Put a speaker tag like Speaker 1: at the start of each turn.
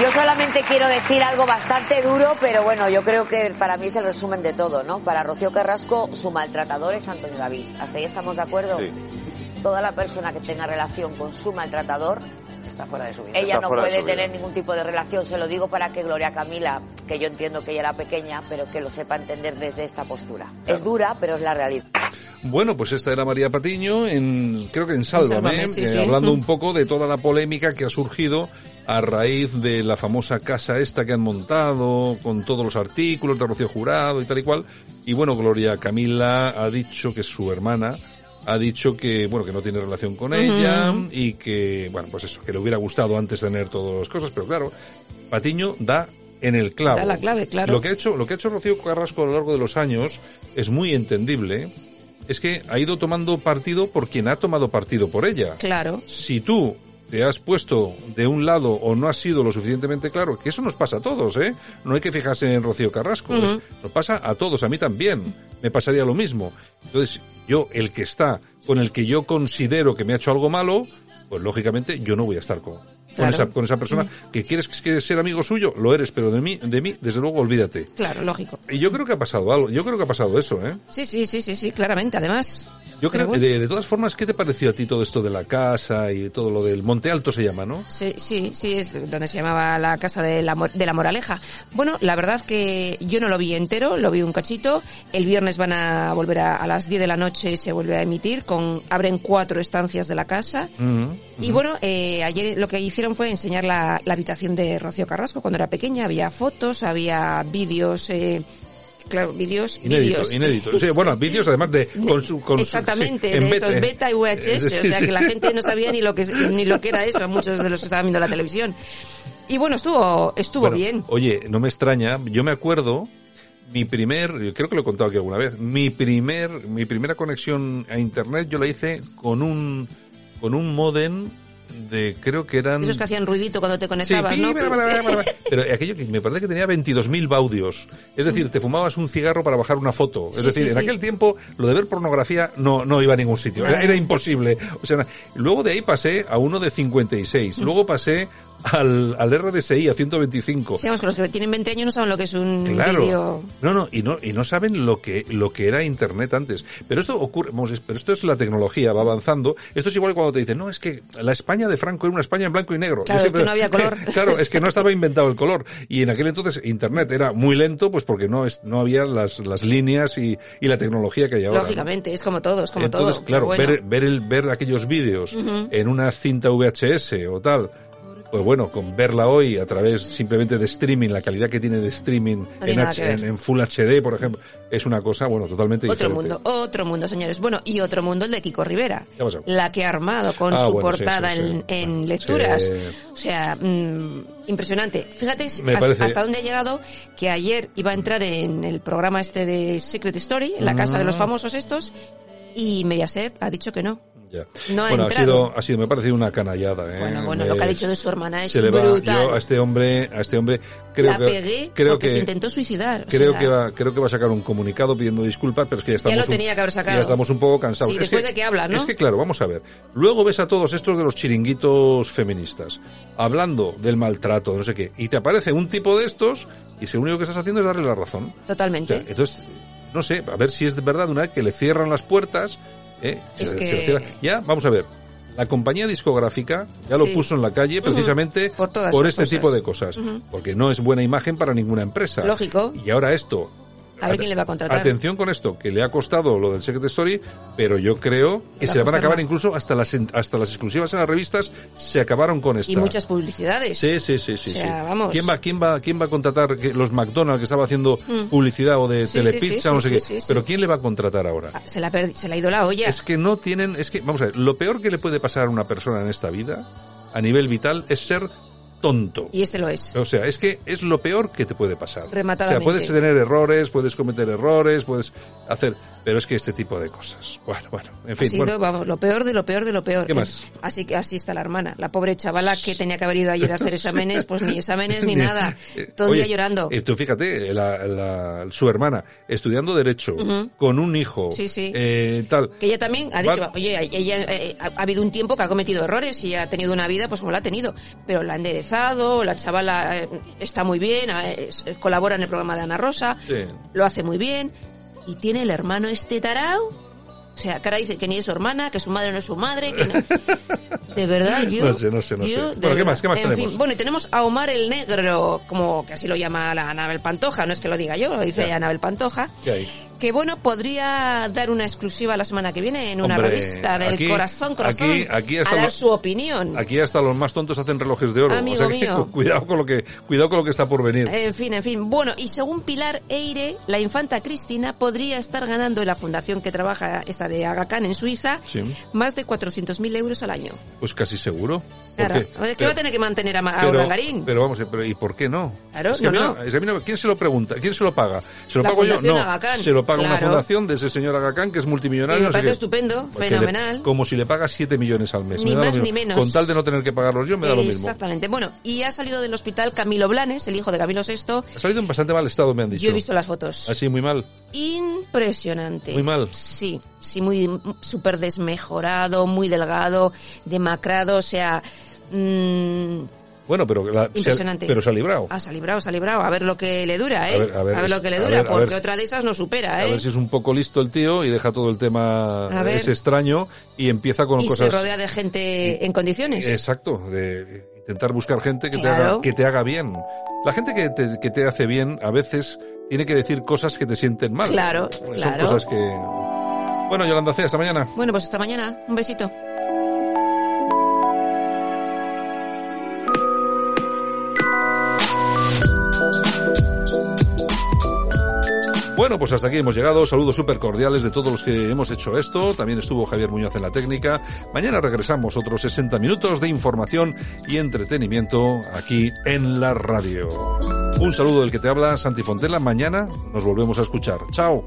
Speaker 1: Yo solamente quiero decir algo bastante duro, pero bueno, yo creo que para mí es el resumen de todo, ¿no? Para Rocío Carrasco, su maltratador es Antonio David. ¿Hasta ahí estamos de acuerdo?
Speaker 2: Sí.
Speaker 1: Toda la persona que tenga relación con su maltratador
Speaker 3: Está fuera de su vida.
Speaker 1: Ella
Speaker 2: Está
Speaker 1: no
Speaker 2: fuera de
Speaker 1: puede
Speaker 2: su vida.
Speaker 1: tener ningún tipo de relación, se lo digo para que Gloria Camila, que yo entiendo que ella era pequeña, pero que lo sepa entender desde esta postura. Es dura, pero es la realidad.
Speaker 4: Bueno, pues esta era María Patiño, en, creo que en Sálvame,
Speaker 3: Pues Sálvame, sí,
Speaker 4: eh,
Speaker 3: sí.
Speaker 4: hablando un poco de toda la polémica que ha surgido a raíz de la famosa casa esta que han montado, con todos los artículos de Rocío Jurado y tal y cual. Y bueno, Gloria Camila ha dicho que su hermana ha dicho que, bueno, que no tiene relación con ella y que, bueno, pues eso, que le hubiera gustado antes tener todas las cosas, pero claro, Patiño da en el clavo.
Speaker 3: Da la clave, claro.
Speaker 4: Lo que ha hecho, lo que ha hecho Rocío Carrasco a lo largo de los años es muy entendible. Es que ha ido tomando partido por quien ha tomado partido por ella.
Speaker 3: Claro.
Speaker 4: Si tú te has puesto de un lado o no has sido lo suficientemente claro, que eso nos pasa a todos, ¿eh? No hay que fijarse en Rocío Carrasco, es- nos pasa a todos, a mí también, me pasaría lo mismo. Entonces, yo, el que está, con el que yo considero que me ha hecho algo malo, pues lógicamente yo no voy a estar con, con
Speaker 3: Claro.
Speaker 4: esa, con esa persona que quieres que- que ser amigo suyo, lo eres, pero de mí, de mí, desde luego, olvídate.
Speaker 3: Claro, lógico.
Speaker 4: Y yo creo que ha pasado algo, yo creo que ha pasado eso, ¿eh?
Speaker 3: Sí, sí, sí, sí, sí, claramente, además.
Speaker 4: Yo creo,
Speaker 3: Pero bueno.
Speaker 4: de, de todas formas, ¿qué te pareció a ti todo esto de la casa y todo lo del Monte Alto se llama, no?
Speaker 3: Sí, sí, sí, es donde se llamaba la casa de la, Mor- de la Moraleja. Bueno, la verdad que yo no lo vi entero, lo vi un cachito. El viernes van a volver a, a las 10 de la noche, se vuelve a emitir, con abren cuatro estancias de la casa. Y bueno, eh, ayer lo que hicieron fue enseñar la, la habitación de Rocío Carrasco cuando era pequeña. Había fotos, había vídeos, eh, claro, vídeos,
Speaker 4: Inédito,
Speaker 3: vídeos.
Speaker 4: inédito. Sí, bueno, vídeos además de con su con su-
Speaker 3: Exactamente,
Speaker 4: sí, en
Speaker 3: de esos beta y VHS, o sea
Speaker 4: Sí,
Speaker 3: que la
Speaker 4: sí.
Speaker 3: gente no sabía ni lo que ni lo que era eso, muchos de los que estaban viendo la televisión. Y bueno, estuvo estuvo
Speaker 4: Bueno,
Speaker 3: bien.
Speaker 4: Oye, no me extraña, yo me acuerdo mi primer, yo creo que lo he contado aquí alguna vez, mi primer mi primera conexión a internet yo la hice con un con un modem de creo que eran
Speaker 3: De Esos que hacían ruidito cuando te
Speaker 4: um, Sí,
Speaker 3: conectabas,
Speaker 4: pi,
Speaker 3: ¿no?
Speaker 4: bla, bla, bla, bla, bla. Pero aquello que me parece que tenía 22.000 baudios. Es decir, te fumabas un cigarro para bajar una foto. Es
Speaker 3: Sí,
Speaker 4: decir,
Speaker 3: sí,
Speaker 4: en
Speaker 3: sí.
Speaker 4: aquel tiempo lo de ver pornografía no, no iba a ningún sitio. Era,
Speaker 3: Nada.
Speaker 4: era imposible. O sea, na- luego de ahí pasé a uno de 56.
Speaker 3: Mm.
Speaker 4: Luego pasé al, al RDSI a 125.
Speaker 3: Digamos que los que tienen 20 años no saben lo que es un
Speaker 4: Claro.
Speaker 3: vídeo.
Speaker 4: No, no, y no, y no saben lo que, lo que era internet antes. Pero esto ocurre, vamos, es- pero esto es la tecnología, va avanzando. Esto es igual cuando te dicen, no, es que la España de Franco era una España en blanco y negro.
Speaker 3: Claro,
Speaker 4: Yo
Speaker 3: es que no había color.
Speaker 4: claro, es que no estaba inventado el color. Y en aquel entonces internet era muy lento, pues porque no es, no había las, las líneas y, y la tecnología que hay ahora. ¿no?
Speaker 3: Lógicamente, es como todos, como
Speaker 4: Entonces,
Speaker 3: todo.
Speaker 4: claro,
Speaker 3: Pero bueno.
Speaker 4: ver, ver, el, ver aquellos vídeos en una cinta VHS o tal, pues bueno, con verla hoy a través simplemente de streaming, la calidad que tiene de streaming
Speaker 3: tiene
Speaker 4: en,
Speaker 3: nada
Speaker 4: H-
Speaker 3: que ver.
Speaker 4: en- en Full HD, por ejemplo, es una cosa, bueno, totalmente
Speaker 3: Otro
Speaker 4: diferente.
Speaker 3: mundo, otro mundo, señores. Bueno, y otro mundo el de Kiko Rivera.
Speaker 4: ¿Qué ha pasado?
Speaker 3: La que ha armado con
Speaker 4: Ah,
Speaker 3: su
Speaker 4: bueno, sí,
Speaker 3: portada
Speaker 4: sí, sí.
Speaker 3: en, en
Speaker 4: Sí.
Speaker 3: lecturas. O sea, mm, impresionante. Fíjate si-
Speaker 4: Me
Speaker 3: has-
Speaker 4: parece-
Speaker 3: hasta, dónde ha llegado que ayer iba a entrar en el programa este de Secret Story, en la casa
Speaker 4: Mm.
Speaker 3: de los famosos estos, y Mediaset ha dicho que no.
Speaker 4: Ya.
Speaker 3: No ha
Speaker 4: bueno, ha
Speaker 3: entrado.
Speaker 4: sido, ha sido, me ha parecido una canallada, ¿eh?
Speaker 3: Bueno, bueno,
Speaker 4: Me-
Speaker 3: lo que ha dicho de su hermana es
Speaker 4: se le va-
Speaker 3: brutal.
Speaker 4: yo a este hombre, a este hombre, creo
Speaker 3: la
Speaker 4: que,
Speaker 3: pegué
Speaker 4: creo
Speaker 3: porque
Speaker 4: que,
Speaker 3: se intentó suicidar. o
Speaker 4: Creo
Speaker 3: sea,
Speaker 4: que, va, creo que va a sacar un comunicado pidiendo disculpas, pero es que ya estamos,
Speaker 3: lo
Speaker 4: un-
Speaker 3: tenía que haber sacado.
Speaker 4: ya estamos un poco cansados.
Speaker 3: Sí,
Speaker 4: Es
Speaker 3: después de que habla, ¿no?
Speaker 4: Es que claro, vamos a ver. Luego ves a todos estos de los chiringuitos feministas hablando del maltrato, de no sé qué, y te aparece un tipo de estos y si lo único que estás haciendo es darle la razón. O
Speaker 3: Totalmente.
Speaker 4: sea, entonces, no sé, a ver si es de verdad una vez que le cierran las puertas. ¿eh? Se
Speaker 3: Es
Speaker 4: le-
Speaker 3: que-
Speaker 4: se le cierran. Ya, vamos a ver. La compañía discográfica ya lo
Speaker 3: Sí.
Speaker 4: puso en la calle precisamente
Speaker 3: Por todas esas
Speaker 4: este
Speaker 3: cosas.
Speaker 4: tipo de cosas.
Speaker 3: Ujú.
Speaker 4: Porque no es buena imagen para ninguna empresa.
Speaker 3: Lógico.
Speaker 4: Y ahora esto.
Speaker 3: A ver
Speaker 4: Ate-
Speaker 3: quién le va a contratar.
Speaker 4: Atención con esto, que le ha costado lo del Secret Story, pero yo creo que
Speaker 3: Le va
Speaker 4: se le
Speaker 3: a
Speaker 4: van a
Speaker 3: costar
Speaker 4: acabar
Speaker 3: más.
Speaker 4: incluso hasta las, en- hasta las exclusivas en las revistas, se acabaron con esta.
Speaker 3: y muchas publicidades.
Speaker 4: Sí, sí, sí, sí.
Speaker 3: O sea,
Speaker 4: sí.
Speaker 3: vamos.
Speaker 4: ¿Quién va, quién va, quién va a contratar que los McDonald's que estaba haciendo publicidad o de
Speaker 3: Mm. Sí,
Speaker 4: Telepizza
Speaker 3: sí, sí,
Speaker 4: o no
Speaker 3: sí,
Speaker 4: sé qué?
Speaker 3: sí, sí, sí.
Speaker 4: Pero quién le va a contratar ahora?
Speaker 3: Ah, Se la, ha perdi- se la ha ido la olla.
Speaker 4: Es que no tienen, es que, vamos a ver, lo peor que le puede pasar a una persona en esta vida, a nivel vital, es ser tonto.
Speaker 3: Y este lo es.
Speaker 4: O sea, es que es lo peor que te puede pasar. O sea,
Speaker 3: Rematadamente.
Speaker 4: puedes tener errores, puedes cometer errores, puedes hacer, Pero es que este tipo de cosas. Bueno, bueno, en fin.
Speaker 3: Ha sido,
Speaker 4: bueno.
Speaker 3: vamos, lo peor de lo peor de lo peor.
Speaker 4: ¿Qué más?
Speaker 3: Así que así está la hermana. La pobre chavala que tenía que haber ido ayer a hacer exámenes, pues ni exámenes ni nada.
Speaker 4: Eh,
Speaker 3: Todo el día
Speaker 4: oye,
Speaker 3: llorando.
Speaker 4: eh, Tú fíjate, la- la- su hermana estudiando Derecho, con un hijo,
Speaker 3: Sí, sí.
Speaker 4: eh, tal.
Speaker 3: Que ella también ha dicho,
Speaker 4: Va-
Speaker 3: oye, ella eh, ha ha habido un tiempo que ha cometido errores y ha tenido una vida pues como la ha tenido, pero la ha enderezado, la chavala eh, está muy bien, eh, es- colabora en el programa de Ana Rosa,
Speaker 4: Sí.
Speaker 3: lo hace muy bien y tiene el hermano este tarao. O sea, que ahora dice que ni es su hermana, que su madre no es su madre, que no- De verdad, yo...
Speaker 4: No sé, no sé, no sé.
Speaker 3: yo, de
Speaker 4: Bueno, ¿qué
Speaker 3: verdad.
Speaker 4: más? ¿Qué más
Speaker 3: En fin,
Speaker 4: tenemos?
Speaker 3: bueno, y tenemos a Omar el Negro, como que así lo llama la Anabel Pantoja, no es que lo diga yo, lo dice
Speaker 4: Ya.
Speaker 3: Anabel Pantoja
Speaker 4: ¿Qué hay?
Speaker 3: que bueno, podría dar una exclusiva la semana que viene en una
Speaker 4: Hombre,
Speaker 3: revista del
Speaker 4: aquí-
Speaker 3: corazón, corazón,
Speaker 4: aquí- aquí
Speaker 3: a
Speaker 4: hasta
Speaker 3: dar
Speaker 4: lo-
Speaker 3: su opinión.
Speaker 4: Aquí hasta los más tontos hacen relojes de oro.
Speaker 3: Amigo
Speaker 4: o sea que
Speaker 3: mío. Eh.
Speaker 4: cuidado con lo que cuidado con lo que está por venir.
Speaker 3: En fin, en fin. Bueno, y según Pilar Eire, la infanta Cristina podría estar ganando en la fundación que trabaja esta de Aga Khan en Suiza
Speaker 4: Sí.
Speaker 3: más de 400.000 euros al año.
Speaker 4: Pues casi seguro.
Speaker 3: Claro,
Speaker 4: Porque-
Speaker 3: es que
Speaker 4: pero-
Speaker 3: va a tener que mantener a, Ma- a
Speaker 4: pero,
Speaker 3: Urdangarín.
Speaker 4: pero vamos, eh, pero ¿y por qué no?
Speaker 3: Claro,
Speaker 4: es que
Speaker 3: no,
Speaker 4: a mí
Speaker 3: no.
Speaker 4: es que a mí ¿Quién se lo pregunta? ¿Quién se lo paga? ¿Se lo
Speaker 3: La
Speaker 4: pago yo?
Speaker 3: Fundación
Speaker 4: No.
Speaker 3: Agacán,
Speaker 4: Se lo paga una
Speaker 3: claro.
Speaker 4: fundación de ese señor Agacán que es multimillonario.
Speaker 3: Y me
Speaker 4: no sé
Speaker 3: parece
Speaker 4: qué.
Speaker 3: estupendo,
Speaker 4: Porque le-
Speaker 3: fenomenal.
Speaker 4: como si le pagas 7 millones al mes.
Speaker 3: Ni
Speaker 4: me da lo
Speaker 3: más
Speaker 4: mismo.
Speaker 3: ni menos.
Speaker 4: Con tal de no tener que pagarlos yo, me da lo mismo.
Speaker 3: Exactamente. Bueno, y ha salido del hospital Camilo Blanes, el hijo de Camilo VI.
Speaker 4: Ha salido en bastante mal estado, me han dicho.
Speaker 3: Yo he visto las fotos.
Speaker 4: Así, muy mal.
Speaker 3: Impresionante.
Speaker 4: Muy mal.
Speaker 3: Sí, sí, muy súper desmejorado, muy delgado, demacrado, o sea... mm,
Speaker 4: Bueno, pero, la- se ha-
Speaker 3: Impresionante.
Speaker 4: pero se ha librado.
Speaker 3: ah, se ha librado, se ha librado. A ver lo que le dura,
Speaker 4: Oh.
Speaker 3: ¿eh?
Speaker 4: A ver, a ver,
Speaker 3: lo que le
Speaker 4: a
Speaker 3: dura,
Speaker 4: ver, a
Speaker 3: porque
Speaker 4: ver.
Speaker 3: otra de esas no supera,
Speaker 4: A
Speaker 3: ¿eh?
Speaker 4: ver si es un poco listo el tío y deja todo el tema
Speaker 3: A ver.
Speaker 4: ese extraño y empieza con
Speaker 3: y
Speaker 4: cosas.
Speaker 3: se rodea de gente en condiciones.
Speaker 4: Exacto, de intentar buscar gente que, te,
Speaker 3: Pues- Claro.
Speaker 4: haga, que te haga bien. La gente que te, que te hace bien a veces tiene que decir cosas que te sienten mal.
Speaker 3: Claro,
Speaker 4: Son
Speaker 3: claro.
Speaker 4: cosas que... Bueno, Yolanda C, hasta mañana.
Speaker 3: Bueno, pues hasta mañana. Un besito.
Speaker 4: Bueno, pues hasta aquí hemos llegado. Saludos súper cordiales de todos los que hemos hecho esto. También estuvo Javier Muñoz en la técnica. Mañana regresamos otros 60 minutos de información y entretenimiento aquí en la radio. Un saludo del que te habla, Santi Fontela. Mañana nos volvemos a escuchar. Chao.